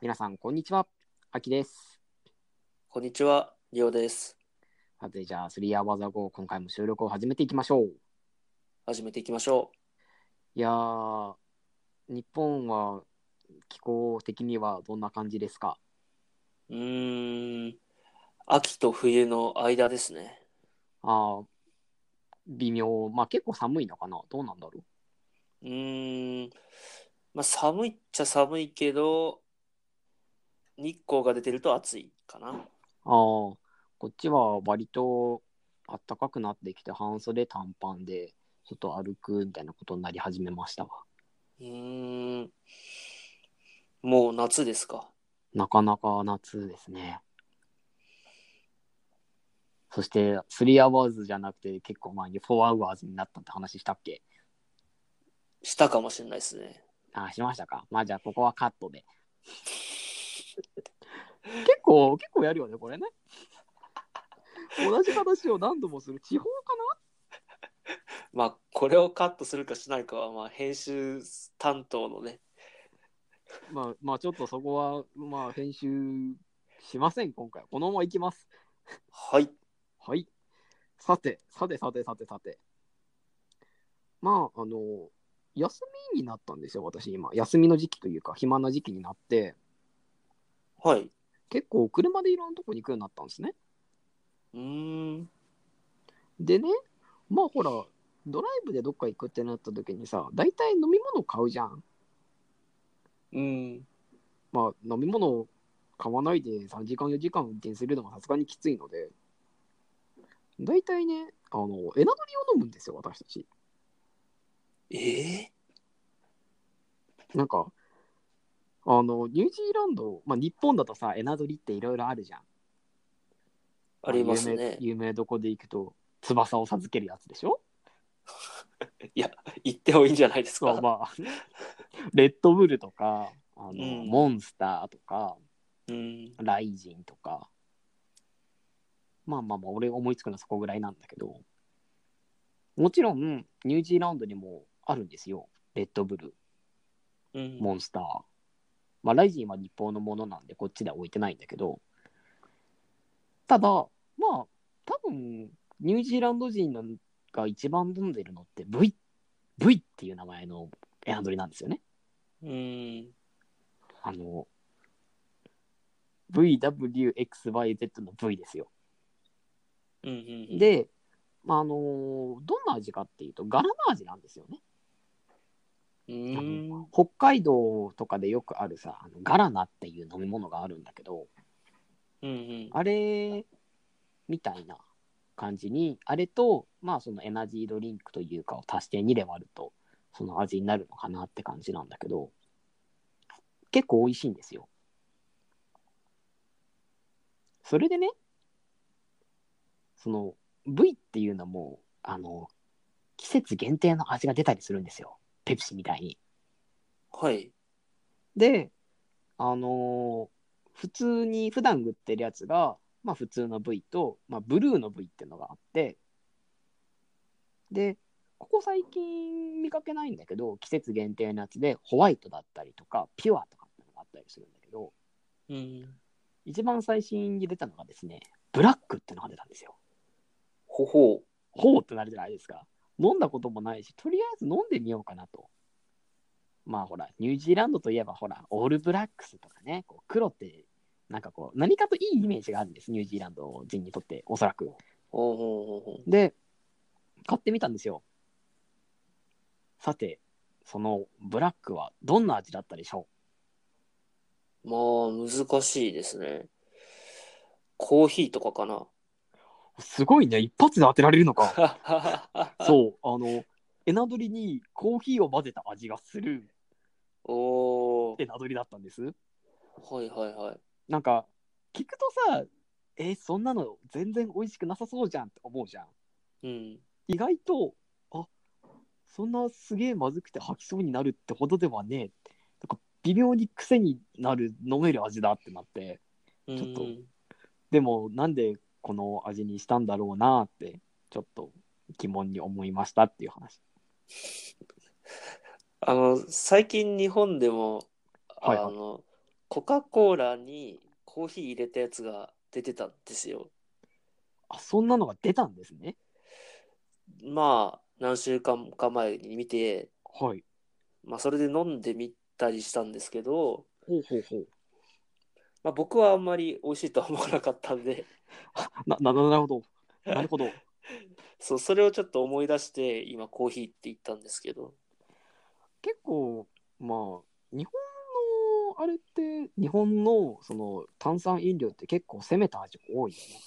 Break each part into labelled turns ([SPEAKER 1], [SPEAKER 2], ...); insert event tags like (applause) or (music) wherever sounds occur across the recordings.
[SPEAKER 1] 皆さん、こんにちは。あきです。
[SPEAKER 2] こんにちは、りおです。
[SPEAKER 1] さて、じゃあ、3アワーザ後、今回も収録を始めていきましょう。
[SPEAKER 2] 始めていきましょ
[SPEAKER 1] いやー、日本は気候的にはどんな感じですか
[SPEAKER 2] う。うーん、秋と冬の間ですね。
[SPEAKER 1] あー微妙。まあ、結構寒いのかなどうなんだろ
[SPEAKER 2] うーん、まあ寒いっちゃ寒いけど、日光が出てると暑いかな。
[SPEAKER 1] うあーこっちは割と暖かくなってきて、半袖短パンで、ちょっと歩くみたいなことになり始めましたわ。
[SPEAKER 2] うーん、もう夏ですか。
[SPEAKER 1] なかなか夏ですね。そして、3アワーズじゃなくて、結構前に4アワーズになったって話したっけ
[SPEAKER 2] したかもしれないですね。
[SPEAKER 1] あ、しましたか。まあじゃあ、ここはカットで。 (laughs) 結構、結構やるよね、これね。同じ話を何度もする。地方か
[SPEAKER 2] まあ、これをカットするかしないかは、まあ、編集担当のね、
[SPEAKER 1] なまあ、まあちょっとそこは、まあ編集しません、今回は。このままいきます。
[SPEAKER 2] はい。
[SPEAKER 1] はい。さて、さてさてさてさて。まあ、あの、休みになったんですよ、私今。休みの時期というか、暇な時期になって、
[SPEAKER 2] はい。
[SPEAKER 1] 結構車でいろんなとこに行くようになったんですね。
[SPEAKER 2] うーん、
[SPEAKER 1] でね、まあほら、ドライブでどっか行くってなった時にさ、大体飲み物買うじゃん。
[SPEAKER 2] うん、
[SPEAKER 1] まあ飲み物を買わないで3時間4時間運転するのがさすがにきついので、大体ね、あの、エナドリを飲むんですよ、私たち。
[SPEAKER 2] え
[SPEAKER 1] なんか、あの、ニュージーランド、まあ、日本だとさ、エナドリっていろいろあるじゃん。
[SPEAKER 2] ー、あります
[SPEAKER 1] 有名
[SPEAKER 2] ね。
[SPEAKER 1] 有名どこで行くと、翼を授けるやつで
[SPEAKER 2] (laughs)
[SPEAKER 1] しょ
[SPEAKER 2] いや、言ってもいいんじゃないです
[SPEAKER 1] そう、
[SPEAKER 2] か。
[SPEAKER 1] まあ、レッドブルとか、あの、
[SPEAKER 2] うん
[SPEAKER 1] モンスターとか、
[SPEAKER 2] うん、
[SPEAKER 1] ライジンとか、まあまあまあ、俺思いつくのはそこぐらいなんだけど、もちろん、ニュージーランドにもあるんですよ。レッドブル、
[SPEAKER 2] うん、
[SPEAKER 1] モンスター。まあ、ライジンは日本のものなんで、こっちでは置いてないんだけど、ただ、まあ、多分、ニュージーランド人のが一番飲んでるのって、V、V っていう名前のエナドリなんですよね。
[SPEAKER 2] うん。
[SPEAKER 1] あの、VWXYZ の V ですよ。
[SPEAKER 2] うんうん、
[SPEAKER 1] で、まああのどんな味かっていうと、ガラの味なんですよね。
[SPEAKER 2] うん。うん。
[SPEAKER 1] 北海道とかでよくあるさ、あのガラナっていう飲み物があるんだけど、
[SPEAKER 2] うん。
[SPEAKER 1] あれみたいな感じに、あれと、まあそのエナジードリンクというかを足して2で割ると、その味になるのかなって感じなんだけど、結構美味しいんですよ。それでね、その V っていうのも、あの、季節限定の味が出たりするんですよ。ペプシみたいに。
[SPEAKER 2] はい。
[SPEAKER 1] で、あのー普通に普段売ってるやつが、まあ、普通の部位と、まあ、ブルーの部位っていうのがあってでここ最近見かけないんだけど季節限定のやつでホワイトだったりとかピュアとかってのがあったりするんだけど
[SPEAKER 2] うん。
[SPEAKER 1] 一番最新に出たのがですねブラックってのが出たんですよ。
[SPEAKER 2] ほほ
[SPEAKER 1] ほうってなるじゃないですか。飲んだこともないしとりあえず飲んでみようかなと。まあほら、ニュージーランドといえばほら、オールブラックスとかね、こう黒って、なんかこう、何かといいイメージがあるんです、ニュージーランド人にとって、おそらく。
[SPEAKER 2] う。ほうほうほう
[SPEAKER 1] で、買ってみたんですよ。さて、そのブラックはどんな味だったでしょ
[SPEAKER 2] ほう。まあ、難しいですね。コーヒーとかかな。
[SPEAKER 1] うすごいね、一発で当てられるのか。
[SPEAKER 2] (laughs) は
[SPEAKER 1] そう、あの、エナドリにコーヒーを混ぜた味がする
[SPEAKER 2] おー
[SPEAKER 1] エナドリだったんです。
[SPEAKER 2] はいはいはい。
[SPEAKER 1] なんか聞くとさえーそんなの全然美味しくなさそうじゃんって思うじゃん
[SPEAKER 2] うん。
[SPEAKER 1] 意外とあそんなすげえまずくて吐きそうになるってほどではねえなんか微妙に癖になる飲める味だってなって
[SPEAKER 2] ち
[SPEAKER 1] ょっとでもなんでこの味にしたんだろうなってちょっと疑問に思いましたっていう話
[SPEAKER 2] あの、最近日本でも、
[SPEAKER 1] はいはい
[SPEAKER 2] あの、コカ・コーラにコーヒー入れたやつが出てたんですよ。
[SPEAKER 1] あ、そんなのが出たんですね。
[SPEAKER 2] まあ、何週間か前に見て、
[SPEAKER 1] はい。
[SPEAKER 2] まあ、それで飲んでみたりしたんですけど、
[SPEAKER 1] ほうほうほう。
[SPEAKER 2] まあ、僕はあんまり美味しいとは思わなかったんで、
[SPEAKER 1] (laughs)
[SPEAKER 2] (laughs)
[SPEAKER 1] な、な、なるほど。なるほど。
[SPEAKER 2] そう、それをちょっと思い出して、今コーヒーって言ったんですけど、
[SPEAKER 1] 結構、まあ、日本の、あれって、日本の、その、炭酸飲料って結構攻めた味多いよね。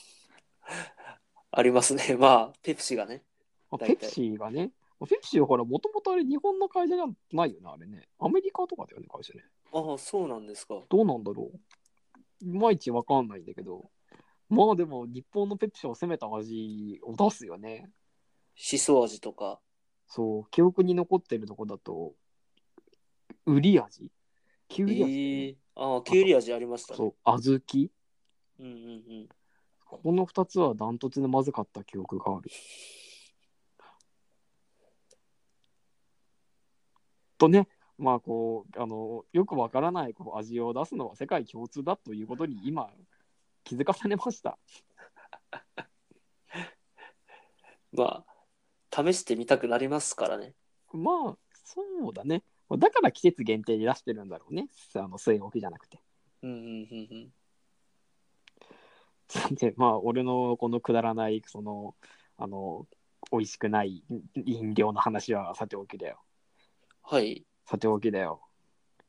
[SPEAKER 2] ありますね。 (laughs) まあ、ペプシがね。
[SPEAKER 1] あ
[SPEAKER 2] 大体
[SPEAKER 1] ペプシーがね。まあペプシーはほら、もともとあれ日本の会社じゃないよね、あれね。アメリカとかだよね、会社ね。
[SPEAKER 2] ああ、そうなんですか。
[SPEAKER 1] どうなんだろう。いまいちわかんないんだけど。まあでも、日本のペプシーを攻めた味を出すよね。
[SPEAKER 2] しそ味とか。
[SPEAKER 1] そう、記憶に残ってるとこだと、売り味キュウリ味だよね、
[SPEAKER 2] ええああ、きゅうり味ありました
[SPEAKER 1] そ
[SPEAKER 2] ね。
[SPEAKER 1] う、小豆
[SPEAKER 2] うんうんうん。
[SPEAKER 1] この2つはダントツでまずかった記憶がある。とね、まあこう、あの、よくわからないこう味を出すのは世界共通だということに今、気づかされました。
[SPEAKER 2] まあ、試してみたくなりますからね。
[SPEAKER 1] まあ、そうだね。だから季節限定で出してるんだろうね。あの、据え置きじゃなくて。 (laughs)
[SPEAKER 2] うんうんうんうん。
[SPEAKER 1] で、まあ、俺のこのくだらない、その、あの、美味しくない飲料の話はさておきだよ。
[SPEAKER 2] はい。
[SPEAKER 1] さておきだよ。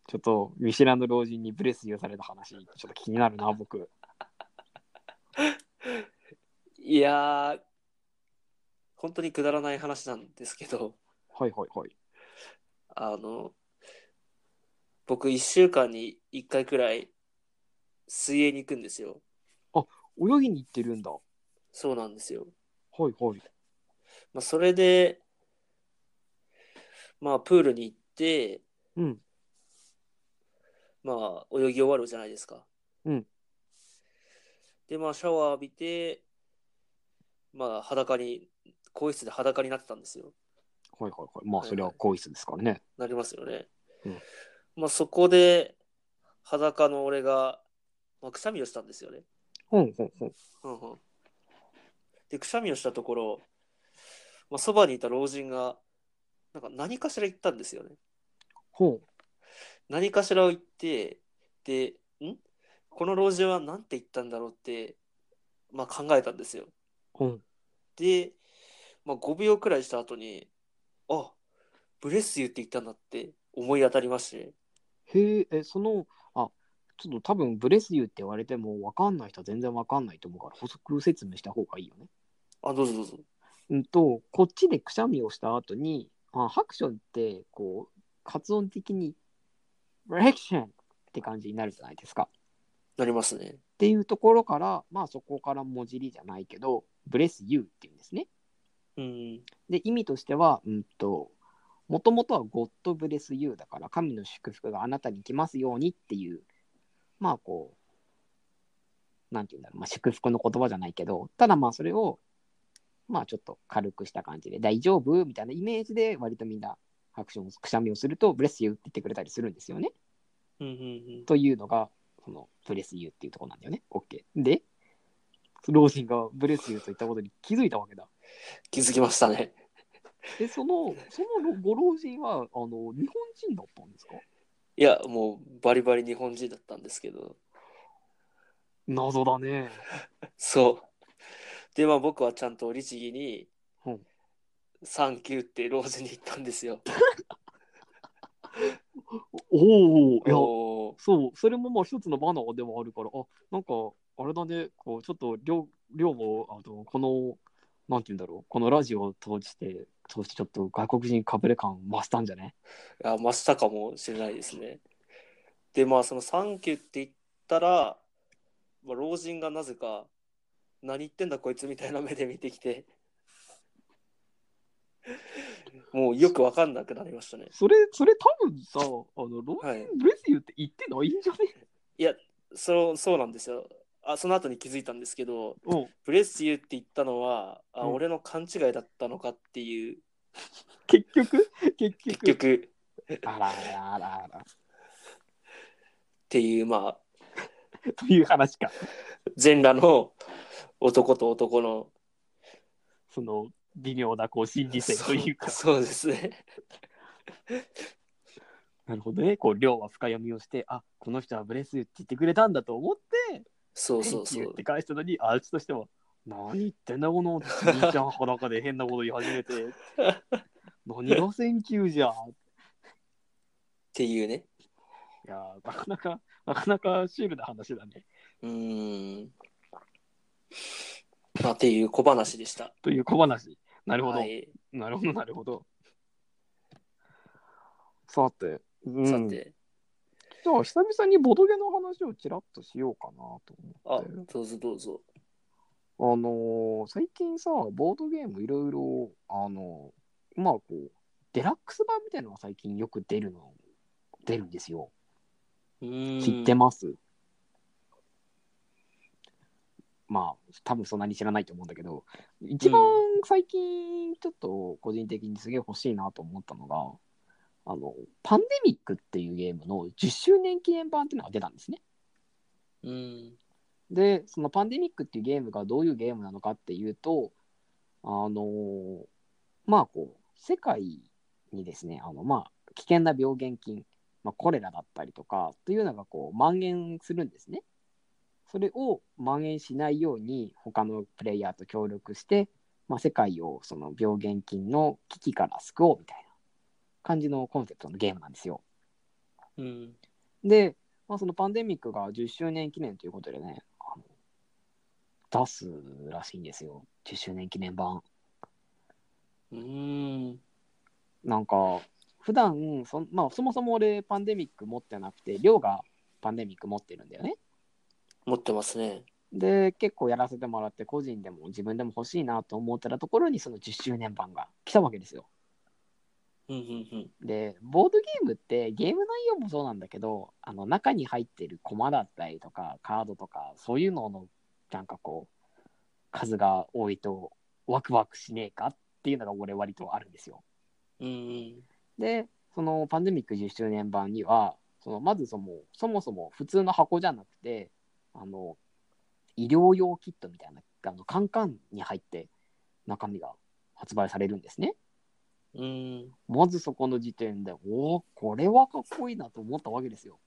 [SPEAKER 1] ちょっと見知らぬ老人にブレス言された話、ちょっと気になるな、僕。
[SPEAKER 2] いやー、本当にくだらない話なんですけど、
[SPEAKER 1] はいはいはい。
[SPEAKER 2] あの、僕1週間に1回くらい水泳に行くんですよ。
[SPEAKER 1] 泳ぎに行ってるんだ。は
[SPEAKER 2] そうなんですよ。
[SPEAKER 1] いはい。
[SPEAKER 2] まあ、それで、まあ、プールに行って、
[SPEAKER 1] うん。
[SPEAKER 2] まあ、泳ぎ終わるじゃないですか。
[SPEAKER 1] うん。
[SPEAKER 2] で、まあ、シャワー浴びて、まあ、裸に、更衣室で裸になってたんですよ。
[SPEAKER 1] はいはいはい。まあ、それは更衣室ですからね。
[SPEAKER 2] なりますよね。
[SPEAKER 1] うん
[SPEAKER 2] まあ、そこで、裸の俺が、まあ、くしゃみをしたんですよね。
[SPEAKER 1] ほんほんほん。
[SPEAKER 2] うんうん、で、くしゃみをしたところ、まあ、そばにいた老人が、なんか何かしら言ったんですよね。
[SPEAKER 1] ほん。
[SPEAKER 2] 何かしらを言ってでんこの老人は何て言ったんだろうって、まあ、考えたんですよ
[SPEAKER 1] ほん。
[SPEAKER 2] で、まあ、5秒くらいした後にあブレスユーって言ったんだって思い当たりまして
[SPEAKER 1] へえ、え、その、あ、ちょっと多分ブレスユーって言われても分かんない人は全然分かんないと思うから補足説明した方がいいよね。
[SPEAKER 2] あどうぞどうぞ
[SPEAKER 1] うんと、こっちでくしゃみをした後に、あハクションってこう、発音的に、レクションって感じになるじゃないですか。
[SPEAKER 2] なりますね
[SPEAKER 1] っていうところから、まあそこから文字りじゃないけど、ブレスユーっていうんですね。
[SPEAKER 2] うん
[SPEAKER 1] で、意味としては、うんと、もともとは God bless you だから、神の祝福があなたに来ますようにっていう、まあこう、なんていうんだろう、まあ祝福の言葉じゃないけど、ただまあそれを、まあちょっと軽くした感じで、大丈夫みたいなイメージで、割とみんな、アクションを、くしゃみをすると、ブレスユーって言ってくれたりするんですよね。
[SPEAKER 2] うんうんうん
[SPEAKER 1] というのが、その、ブレスユーっていうところなんだよね。OK。で、老人がブレスユーと言ったことに気づいたわけだ。
[SPEAKER 2] 気づきましたね
[SPEAKER 1] え、その、そのご老人は、あの、日本人だったんですか
[SPEAKER 2] いやもうバリバリ日本人だったんですけど
[SPEAKER 1] 謎だね。
[SPEAKER 2] そうでまあ僕はちゃんと律儀に
[SPEAKER 1] うん
[SPEAKER 2] 「サンキュー」って老人に言ったんですよ
[SPEAKER 1] おお、いや、
[SPEAKER 2] おー
[SPEAKER 1] そう、それもまあ一つのマナーではあるから、あ、なんか、あれだね、こう、ちょっと、りょう、りょうも、あの、この、なんて言うんだろう、このラジオを通して、通してちょっと外国人かぶれ感増したんじゃね
[SPEAKER 2] あ増したかもしれないですね。でまあその「サンキュー」って言ったら、まあ、老人がなぜか「何言ってんだこいつ」みたいな目で見てきて (laughs) もうよく分かんなくなりましたね。
[SPEAKER 1] それ、それ多分さ、あの、ロー
[SPEAKER 2] はい、
[SPEAKER 1] ンブレスユーって言ってないんじゃね
[SPEAKER 2] いやそうそうなんですよあその後に気づいたんですけど
[SPEAKER 1] うん。
[SPEAKER 2] 「ブレスユー」って言ったのはあ、
[SPEAKER 1] うん
[SPEAKER 2] 俺の勘違いだったのかっていう
[SPEAKER 1] 結局、結
[SPEAKER 2] 結
[SPEAKER 1] 局。
[SPEAKER 2] 局
[SPEAKER 1] あらあらあらあら。
[SPEAKER 2] っていう、まあ、
[SPEAKER 1] という話か。
[SPEAKER 2] 全裸の男と男の
[SPEAKER 1] その微妙なこう心理戦というか。
[SPEAKER 2] そうそうですね。
[SPEAKER 1] なるほどね。こう、量は深読みをして、あこの人はブレスって言ってくれたんだと思って、
[SPEAKER 2] そう
[SPEAKER 1] そ
[SPEAKER 2] そううそ
[SPEAKER 1] そうっ
[SPEAKER 2] う
[SPEAKER 1] て。返したのに、あいつとしては、何言ってんだこのおじいちゃん裸で変なこと言い始
[SPEAKER 2] (laughs)
[SPEAKER 1] めて。何が選球じゃん。
[SPEAKER 2] っていうね。
[SPEAKER 1] いやーなかなか、なかなかシュールな話だね。
[SPEAKER 2] うーん。まあ、っていう小話でした。
[SPEAKER 1] という小話。なるほど。
[SPEAKER 2] はい。
[SPEAKER 1] (laughs) なるほど、なるほど。さて、うん
[SPEAKER 2] さて、
[SPEAKER 1] じゃあ久々にボドゲの話をちらっとしようかなと思
[SPEAKER 2] あ
[SPEAKER 1] って。、
[SPEAKER 2] どうぞどうぞ。
[SPEAKER 1] あのー最近さ、ボードゲームいろいろ、あのーまあこう、デラックス版みたいなのが最近よく出るの、出るんですよ。
[SPEAKER 2] うーん。
[SPEAKER 1] 知ってます、まあ、多分そんなに知らないと思うんだけど、一番最近、ちょっと個人的にすげえ欲しいなと思ったのが、あの、パンデミックっていうゲームの10周年記念版っていうのが出たんですね。
[SPEAKER 2] うん。
[SPEAKER 1] で、そのパンデミックっていうゲームがどういうゲームなのかっていうと、あのーまあこう、世界にですね、あのまあ、危険な病原菌、まあ、コレラだったりとか、というのがこう、蔓延するんですね。それを蔓延しないように、他のプレイヤーと協力して、まあ、世界をその病原菌の危機から救おうみたいな感じのコンセプトのゲームなんですよ。
[SPEAKER 2] うん。
[SPEAKER 1] で、まあ、そのパンデミックが10周年記念ということでね、あの出すらしいんですよ。10周年記念版。
[SPEAKER 2] うーん。
[SPEAKER 1] なんか、普段そん、まあ、そもそも俺パンデミック持ってなくて、りょうがパンデミック持ってるんだよね。
[SPEAKER 2] 持ってますね。
[SPEAKER 1] で、結構やらせてもらって、個人でも自分でも欲しいなと思ってたところに、その10周年版が来たわけですよ。
[SPEAKER 2] うんうん
[SPEAKER 1] で、ボードゲームってゲーム内容もそうなんだけど、あの中に入ってる駒だったりとか、カードとか、そういうのの、なんかこう、数が多いとワクワクしねえかっていうのが俺割とあるんですよ。
[SPEAKER 2] うん。うん
[SPEAKER 1] で、そのパンデミック10周年版には、そのまずそのそもそも普通の箱じゃなくて、あの、医療用キットみたいな、あのカンカンに入って中身が発売されるんですね。
[SPEAKER 2] うん。うん。
[SPEAKER 1] まずそこの時点で、おお、これはかっこいいなと思ったわけですよ。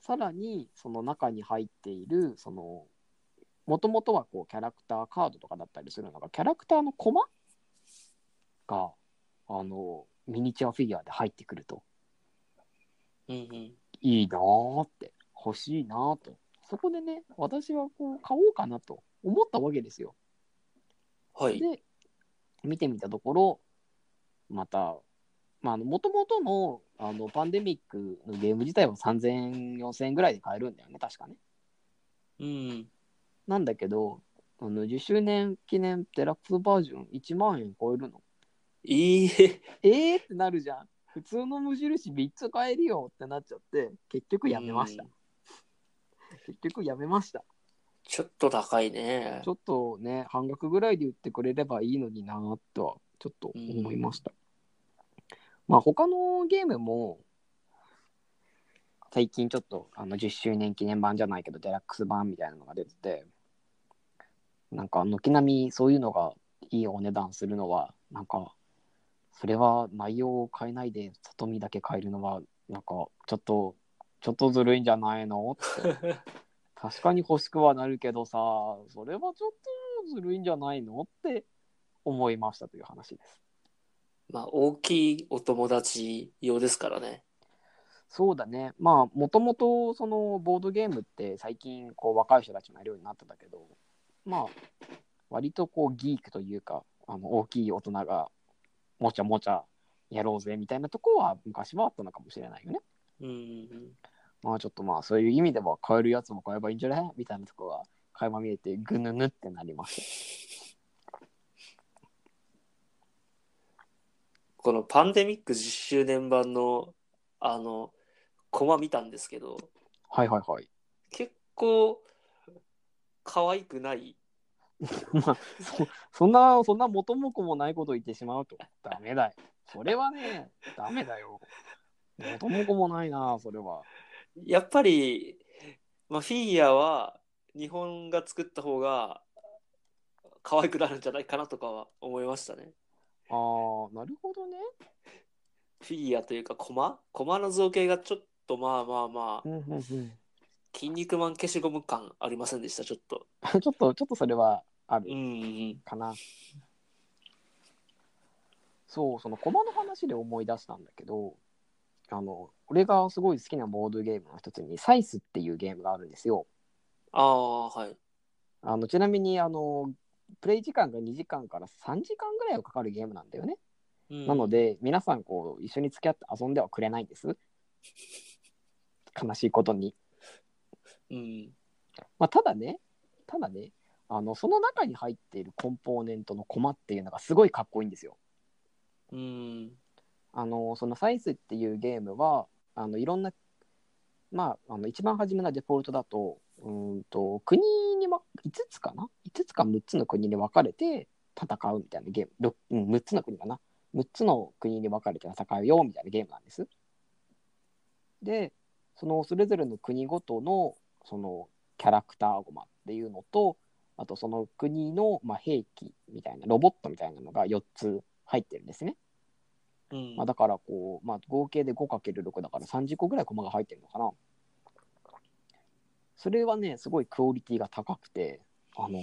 [SPEAKER 1] さらに、その中に入っている、その、もともとはこうキャラクターカードとかだったりするのが、キャラクターのコマが、あの、ミニチュアフィギュアで入ってくると、
[SPEAKER 2] うんうん。
[SPEAKER 1] いいなーって、欲しいなーと。そこでね、私はこう、買おうかなと思ったわけですよ。
[SPEAKER 2] はい。
[SPEAKER 1] で見てみたところまたまあもともとのあのパンデミックのゲーム自体は3000円4000円ぐらいで買えるんだよね確かね
[SPEAKER 2] うん。
[SPEAKER 1] なんだけどあの10周年記念デラックスバージョン1万円超えるの
[SPEAKER 2] いいえ。
[SPEAKER 1] えーってなるじゃん普通の無印3つ買えるよってなっちゃって結局やめました
[SPEAKER 2] うん
[SPEAKER 1] 結局やめました
[SPEAKER 2] ちょっと高いね
[SPEAKER 1] ち。ょっとね、半額ぐらいで売ってくれればいいのになぁとは、ちょっと思いました。まあ、他のゲームも、最近ちょっと、あの、10周年記念版じゃないけど、デラックス版みたいなのが出てて、なんか、軒並みそういうのがいいお値段するのは、なんか、それは内容を変えないで、里見だけ変えるのは、なんか、ちょっと、ちょっとずるいんじゃないの確かに欲しくはなるけどさ、それはちょっとずるいんじゃないのって思いましたという話です。
[SPEAKER 2] まあ、大きいお友達用ですからね。
[SPEAKER 1] そうだね。まあ、もともとそのボードゲームって最近こう若い人たちもやるようになったんだけど、まあ、割とこうギークというか、あの大きい大人がもちゃもちゃやろうぜみたいなとこは昔はあったのかもしれないよね。
[SPEAKER 2] うんうん
[SPEAKER 1] まあちょっとまあそういう意味では買えるやつも買えばいいんじゃないみたいなとこが垣間見えてぐぬぬってなりました。
[SPEAKER 2] このパンデミック10周年版の、あの、コマ見たんですけど、
[SPEAKER 1] はいはいはい。
[SPEAKER 2] 結構、可愛くない。
[SPEAKER 1] まあ、そそんな、そんな元も子もないことを言ってしまうと、ダメだよ。それはね、ダメだよ。元も子もないな、それは。
[SPEAKER 2] やっぱり、まあ、フィギュアは日本が作った方が可愛くなるんじゃないかなとかは思いましたね。
[SPEAKER 1] あー、なるほどね。
[SPEAKER 2] フィギュアというかコマコマの造形がちょっとまあまあま
[SPEAKER 1] う
[SPEAKER 2] あ
[SPEAKER 1] ん (laughs) うんうん
[SPEAKER 2] 「筋肉マン消しゴム」感ありませんでしたちょっと。
[SPEAKER 1] あちょっと、ちょっとそれはあ
[SPEAKER 2] うん
[SPEAKER 1] る
[SPEAKER 2] うんうん
[SPEAKER 1] かな。そう、その駒の話で思い出したんだけど、あの、俺がすごい好きなボードゲームの一つに、サイスっていうゲームがあるんですよ。
[SPEAKER 2] ああはい。
[SPEAKER 1] あのちなみにあのプレイ時間が2時間から3時間ぐらいはかかるゲームなんだよね。
[SPEAKER 2] うん
[SPEAKER 1] なので皆さんこう一緒に付き合って遊んではくれないんです。悲しいことに。
[SPEAKER 2] うん
[SPEAKER 1] まあ、ただねただねあのその中に入っているコンポーネントのコマっていうのがすごいかっこいいんですよ。
[SPEAKER 2] うん
[SPEAKER 1] あのそのサイズっていうゲームはあのいろんなまああの一番初めのデフォルトだとうーんと国に、ま、5つかな5つか6つの国に分かれて戦うみたいなゲームろうん、6つの国かな6つの国に分かれて戦うよみたいなゲームなんです。でそのそれぞれの国ごとのそのキャラクターゴマっていうのとあとその国の、まあ、兵器みたいなロボットみたいなのが4つ入ってるんですね。
[SPEAKER 2] うん
[SPEAKER 1] まあ、だからこう、まあ、合計で 5×6 だから30個ぐらい駒が入ってるのかな。それはね、すごいクオリティが高くて、あの、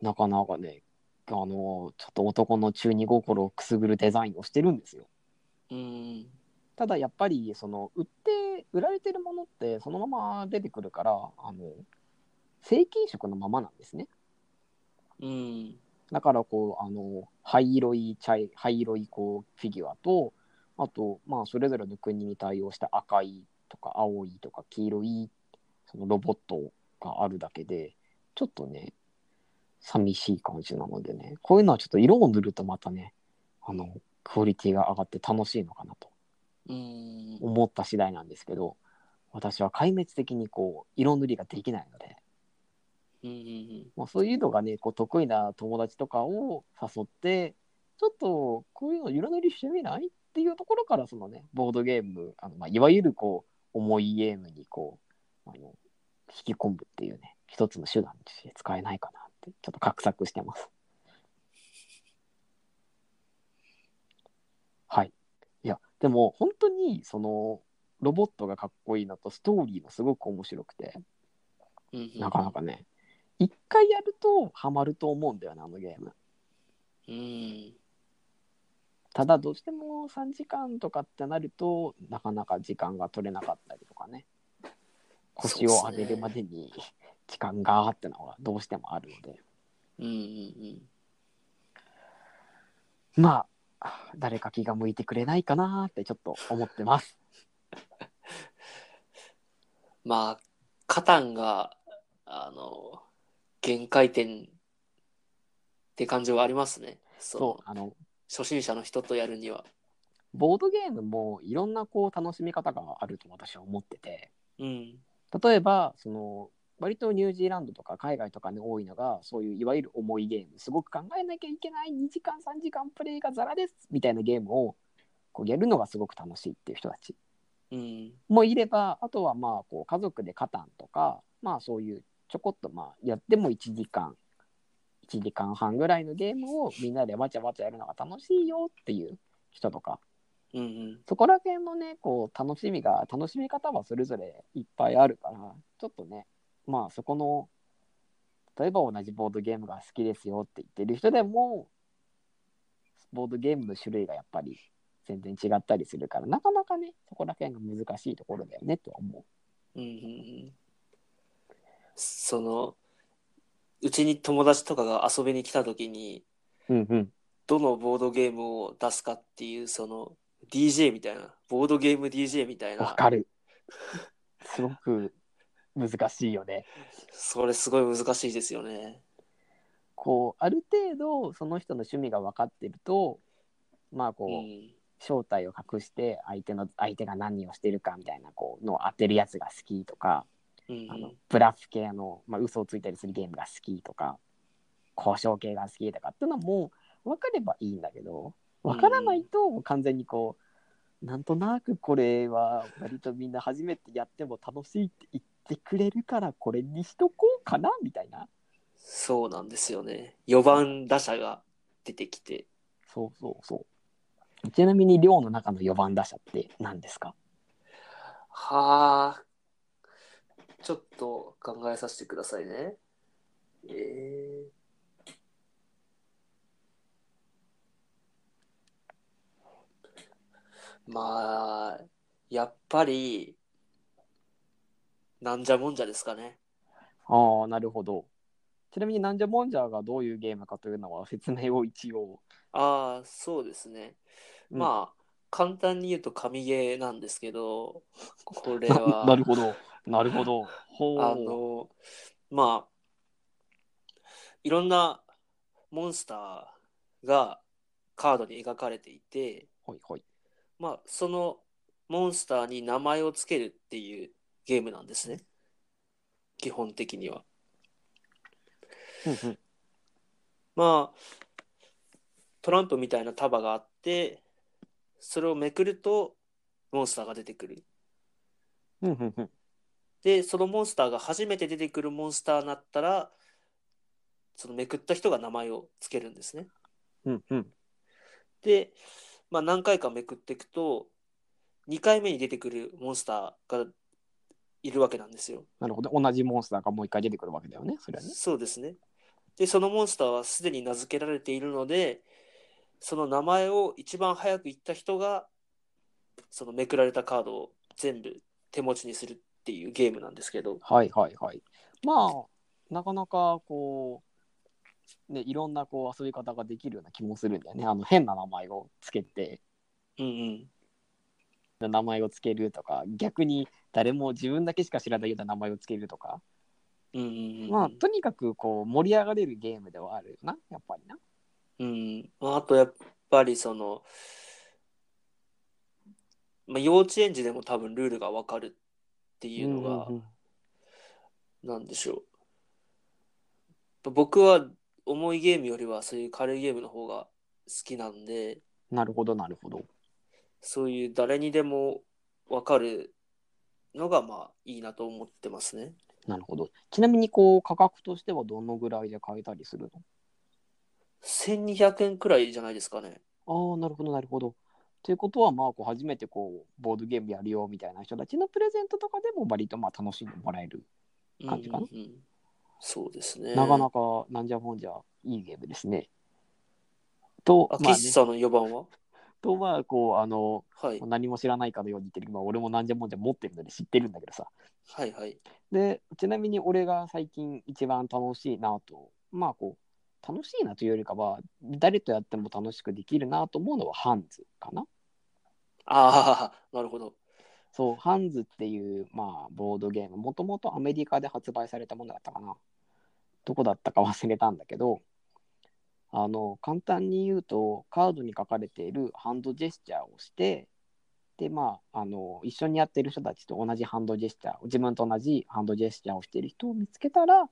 [SPEAKER 1] なかなかね、あの、ちょっと男の中二心をくすぐるデザインをしてるんですよ。
[SPEAKER 2] うん
[SPEAKER 1] ただやっぱり、その、売って、売られてるものってそのまま出てくるから、あの、成形色のままなんですね。
[SPEAKER 2] うん
[SPEAKER 1] だからこうあの灰色い茶い灰色いこうフィギュアとあとまあそれぞれの国に対応した赤いとか青いとか黄色いそのロボットがあるだけでちょっとね寂しい感じなのでねこういうのはちょっと色を塗るとまたねあのクオリティが上がって楽しいのかなと
[SPEAKER 2] うん
[SPEAKER 1] 思った次第なんですけど私は壊滅的にこう色塗りができないので
[SPEAKER 2] うん
[SPEAKER 1] まあ、そういうのがねこう得意な友達とかを誘ってちょっとこういうの色塗りしてみないっていうところからそのねボードゲームあの、まあ、いわゆるこう重いゲームにこうあの引き込むっていうね一つの手段として使えないかなってちょっと画策してます。はい。いやでも本当にそのロボットがかっこいいのとストーリーもすごく面白くて。
[SPEAKER 2] うん
[SPEAKER 1] なかなかね、一回やるとハマると思うんだよね、あのゲーム。
[SPEAKER 2] うん
[SPEAKER 1] ただ、どうしても3時間とかってなると、なかなか時間が取れなかったりとかね、腰を上げるまでに時間がーってのはどうしてもあるので、
[SPEAKER 2] うんうん
[SPEAKER 1] まあ、誰か気が向いてくれないかなーってちょっと思ってます。
[SPEAKER 2] まあカタンがあの限界点って感じはありますねその
[SPEAKER 1] そう、あの、
[SPEAKER 2] 初心者の人とやるには
[SPEAKER 1] ボードゲームもいろんなこう楽しみ方があると私は思ってて、
[SPEAKER 2] うん
[SPEAKER 1] 例えばその割とニュージーランドとか海外とかに多いのがそういういわゆる重いゲームすごく考えなきゃいけない2時間3時間プレイがザラですみたいなゲームをこうやるのがすごく楽しいっていう人たち
[SPEAKER 2] うん
[SPEAKER 1] もいればあとはまあこう家族でカタンとかまあそういうちょこっとまあやっても1時間1時間半ぐらいのゲームをみんなでわちゃわちゃやるのが楽しいよっていう人とか
[SPEAKER 2] うんうん
[SPEAKER 1] そこら辺のね、こう、楽しみが、楽しみ方はそれぞれいっぱいあるから、ちょっとね、まあそこの、例えば同じボードゲームが好きですよって言ってる人でも、ボードゲームの種類がやっぱり全然違ったりするから、なかなかね、そこら辺が難しいところだよねとは思う。
[SPEAKER 2] うんうんうんそのうちに友達とかが遊びに来た時に
[SPEAKER 1] うんうん。
[SPEAKER 2] どのボードゲームを出すかっていうその DJ みたいなボードゲーム DJ みたい
[SPEAKER 1] わ
[SPEAKER 2] な
[SPEAKER 1] かる。すごく難しいよね。
[SPEAKER 2] それすごい難しいですよね
[SPEAKER 1] こう、ある程度、その人の趣味が分かってると、まあこ
[SPEAKER 2] う
[SPEAKER 1] う、
[SPEAKER 2] ん
[SPEAKER 1] 正体を隠して相手の相手が何をしてるかみたいなこうのを当てるやつが好きとか、
[SPEAKER 2] うん
[SPEAKER 1] あのブラフ系の、まあ、嘘をついたりするゲームが好きとか交渉系が好きとかっていうのも分かればいいんだけど分からないと完全にこう、なんとなくこれは割とみんな初めてやっても楽しいって言ってくれるからこれにしとこうかなみたいな
[SPEAKER 2] そうなんですよね。4番打者が出てきて、
[SPEAKER 1] そうそうそうちなみに寮の中の4番打者って何ですか
[SPEAKER 2] はあ、ちょっと考えさせてくださいね。えーまあ、やっぱり、なんじゃもんじゃですかね。
[SPEAKER 1] ああなるほどちなみになんじゃもんじゃがどういうゲームかというのは説明を一応
[SPEAKER 2] ああ、そうですね。
[SPEAKER 1] うん
[SPEAKER 2] まあ、簡単に言うと神ゲーなんですけど、これ
[SPEAKER 1] な (laughs)
[SPEAKER 2] は。
[SPEAKER 1] なるほどなるほどほう
[SPEAKER 2] あの、まあ、いろんなモンスターがカードに描かれていて、
[SPEAKER 1] ほいほい
[SPEAKER 2] まあ、そのモンスターに名前をつけるっていうゲームなんですね。基本的には。
[SPEAKER 1] うんうん
[SPEAKER 2] まあ、トランプみたいな束があって、それをめくるとモンスターが出てくる。
[SPEAKER 1] うんうんうん
[SPEAKER 2] で、そのモンスターが初めて出てくるモンスターになったら、そのめくった人が名前をつけるんですね。
[SPEAKER 1] うんうん
[SPEAKER 2] で、まあ、何回かめくっていくと2回目に出てくるモンスターがいるわけなんですよ。
[SPEAKER 1] なるほど同じモンスターがもう一回出てくるわけだよねそれはね
[SPEAKER 2] そうですね。でそのモンスターはすでに名付けられているのでその名前を一番早く言った人がそのめくられたカードを全部手持ちにするっていうゲームなんですけど
[SPEAKER 1] はいはいはい。まあなかなかこう、ね、いろんなこう遊び方ができるような気もするんだよね。あの変な名前をつけて
[SPEAKER 2] うんうん
[SPEAKER 1] 名前をつけるとか逆に誰も自分だけしか知らないような名前をつけるとか、
[SPEAKER 2] うんうんうん
[SPEAKER 1] まあとにかくこう盛り上がれるゲームではあるよなやっぱりな。
[SPEAKER 2] うん、まああとやっぱりその、まあ、幼稚園児でも多分ルールが分かるっていうのが
[SPEAKER 1] うんうんうん
[SPEAKER 2] なんでしょう僕は重いゲームよりはそういう軽いゲームの方が好きなんで
[SPEAKER 1] なるほどなるほど。
[SPEAKER 2] そういう誰にでも分かるのがまあいいなと思ってますね
[SPEAKER 1] なるほど。ちなみにこう価格としてはどのぐらいで買えたりする
[SPEAKER 2] 1200円くらいじゃないですかね
[SPEAKER 1] のああなるほどなるほど。ということはまあこう初めてこうボードゲームやるよみたいな人たちのプレゼントとかでも割とまあ楽しんでもらえる
[SPEAKER 2] うん
[SPEAKER 1] 感じかな
[SPEAKER 2] うんうんそうですね
[SPEAKER 1] なかなかなんじゃもんじゃいいゲームですね。と
[SPEAKER 2] あ、
[SPEAKER 1] まあ
[SPEAKER 2] 岸
[SPEAKER 1] ね、
[SPEAKER 2] さんの4番は
[SPEAKER 1] とまあこうあの
[SPEAKER 2] はい
[SPEAKER 1] 何も知らないかのように言ってるけど、まあ、俺もなんじゃもんじゃ持ってるので知ってるんだけどさ。
[SPEAKER 2] はいはい
[SPEAKER 1] でちなみに俺が最近一番楽しいなとまあこう楽しいなというよりかは誰とやっても楽しくできるなと思うのはハンズかな。
[SPEAKER 2] ああなるほど
[SPEAKER 1] そうハンズっていう、まあ、ボードゲームもともとアメリカで発売されたものだったかなどこだったか忘れたんだけどあの簡単に言うとカードに書かれているハンドジェスチャーをしてでまああの一緒にやってる人たちと同じハンドジェスチャー自分と同じハンドジェスチャーをしている人を見つけたら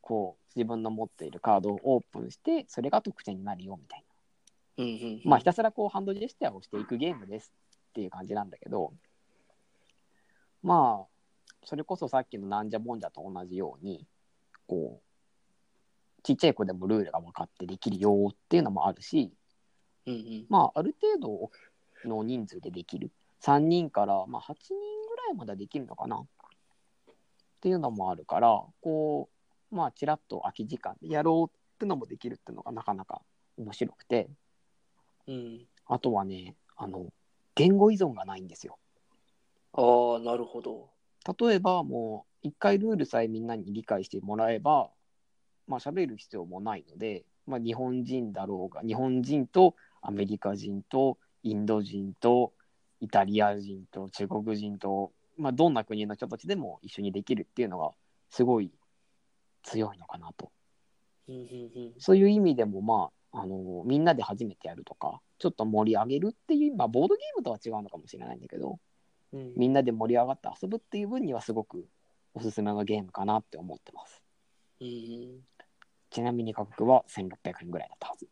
[SPEAKER 1] こう自分の持っているカードをオープンしてそれが得点になるよみたいな。
[SPEAKER 2] うんうんうん
[SPEAKER 1] まあ、ひたすらこうハンドジェスチャーをしていくゲームですっていう感じなんだけど、まあ、それこそさっきのなんじゃもんじゃと同じように、こう、ちっちゃい子でもルールが分かってできるよっていうのもあるし、
[SPEAKER 2] うんうん
[SPEAKER 1] まあ、ある程度の人数でできる。3人から、まあ、8人ぐらいまではできるのかなっていうのもあるから、こう、まあ、ちらっと空き時間でやろうってのもできるっていうのがなかなか面白くて、
[SPEAKER 2] うん
[SPEAKER 1] あとはね、あの、言語依存がないんですよ。
[SPEAKER 2] ああなるほど
[SPEAKER 1] 例えばもう、一回ルールさえみんなに理解してもらえば、まあ喋る必要もないので、まあ日本人だろうが、日本人とアメリカ人とインド人とイタリア人と中国人と、まあどんな国の人たちでも一緒にできるっていうのが、すごい強いのかなと。
[SPEAKER 2] うんうんうん
[SPEAKER 1] そういう意味でも、まあ、あのみんなで初めてやるとか、ちょっと盛り上げるっていう、まあ、ボードゲームとは違うのかもしれないんだけど、
[SPEAKER 2] うん
[SPEAKER 1] みんなで盛り上がって遊ぶっていう分にはすごくおすすめのゲームかなって思ってます。
[SPEAKER 2] うんうん
[SPEAKER 1] ちなみに価格は1600円ぐらいだったはず。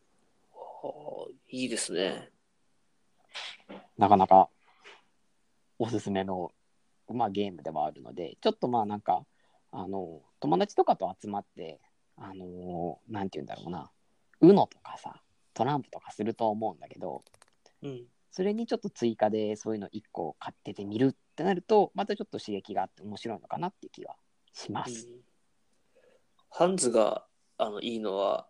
[SPEAKER 2] はあいいですね。
[SPEAKER 1] なかなかおすすめの、まあ、ゲームではあるので、ちょっとまあなんか、あの、友達とかと集まって、あのーなんて言うんだろうな、UNO とかさ、トランプとかすると思うんだけど、
[SPEAKER 2] うん。
[SPEAKER 1] それにちょっと追加でそういうの1個買っててみるってなると、またちょっと刺激があって面白いのかなっていう気がしま
[SPEAKER 2] うん
[SPEAKER 1] す。
[SPEAKER 2] ハンズがあのいいのは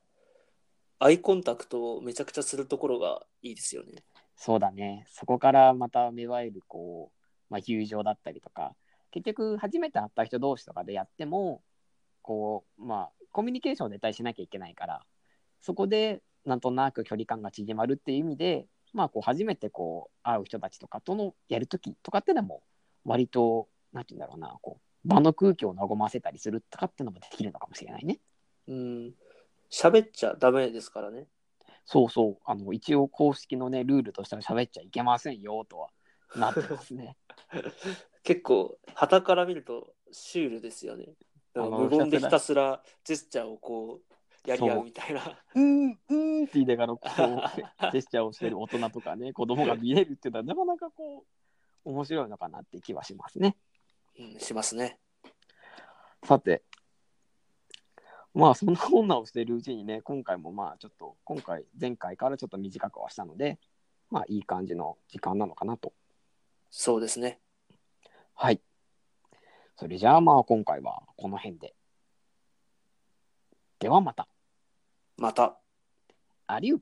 [SPEAKER 2] アイコンタクトをめちゃくちゃするところがいいですよね。
[SPEAKER 1] そうだね。そこからまた芽生える、こう、まあ、友情だったりとか、結局、初めて会った人同士とかでやっても、こう、まあ、コミュニケーションを絶対しなきゃいけないから、そこで、なんとなく距離感が縮まるっていう意味で、まあ、こう、初めてこう、会う人たちとかとのやるときとかってのも、割と、なんて言うんだろうな、こう、場の空気を和ませたりするとかってのもできるのかもしれないね。
[SPEAKER 2] うん。喋っちゃダメですからね。
[SPEAKER 1] そうそう、あの、一応公式のね、ルールとしては喋っちゃいけませんよ、とは、なってますね。
[SPEAKER 2] 結構旗から見るとシュールですよね。なんか
[SPEAKER 1] あの
[SPEAKER 2] 無言
[SPEAKER 1] ひ
[SPEAKER 2] でひ
[SPEAKER 1] た
[SPEAKER 2] たすらジェスチャーをこうやり合うみたいな。
[SPEAKER 1] うんうんって言いながらこうジェスチャーをしてる大人とかね子供が見えるっていうのはなかなかこう面白いのかなって気はしますね。
[SPEAKER 2] うん、しますね。
[SPEAKER 1] さてまあそんなこんなをしているうちにね今回もまあちょっと今回前回からちょっと短くはしたのでまあいい感じの時間なのかなと。
[SPEAKER 2] そうですね。
[SPEAKER 1] はい。それじゃあまあ今回はこの辺で。ではまた。
[SPEAKER 2] また。
[SPEAKER 1] アリュー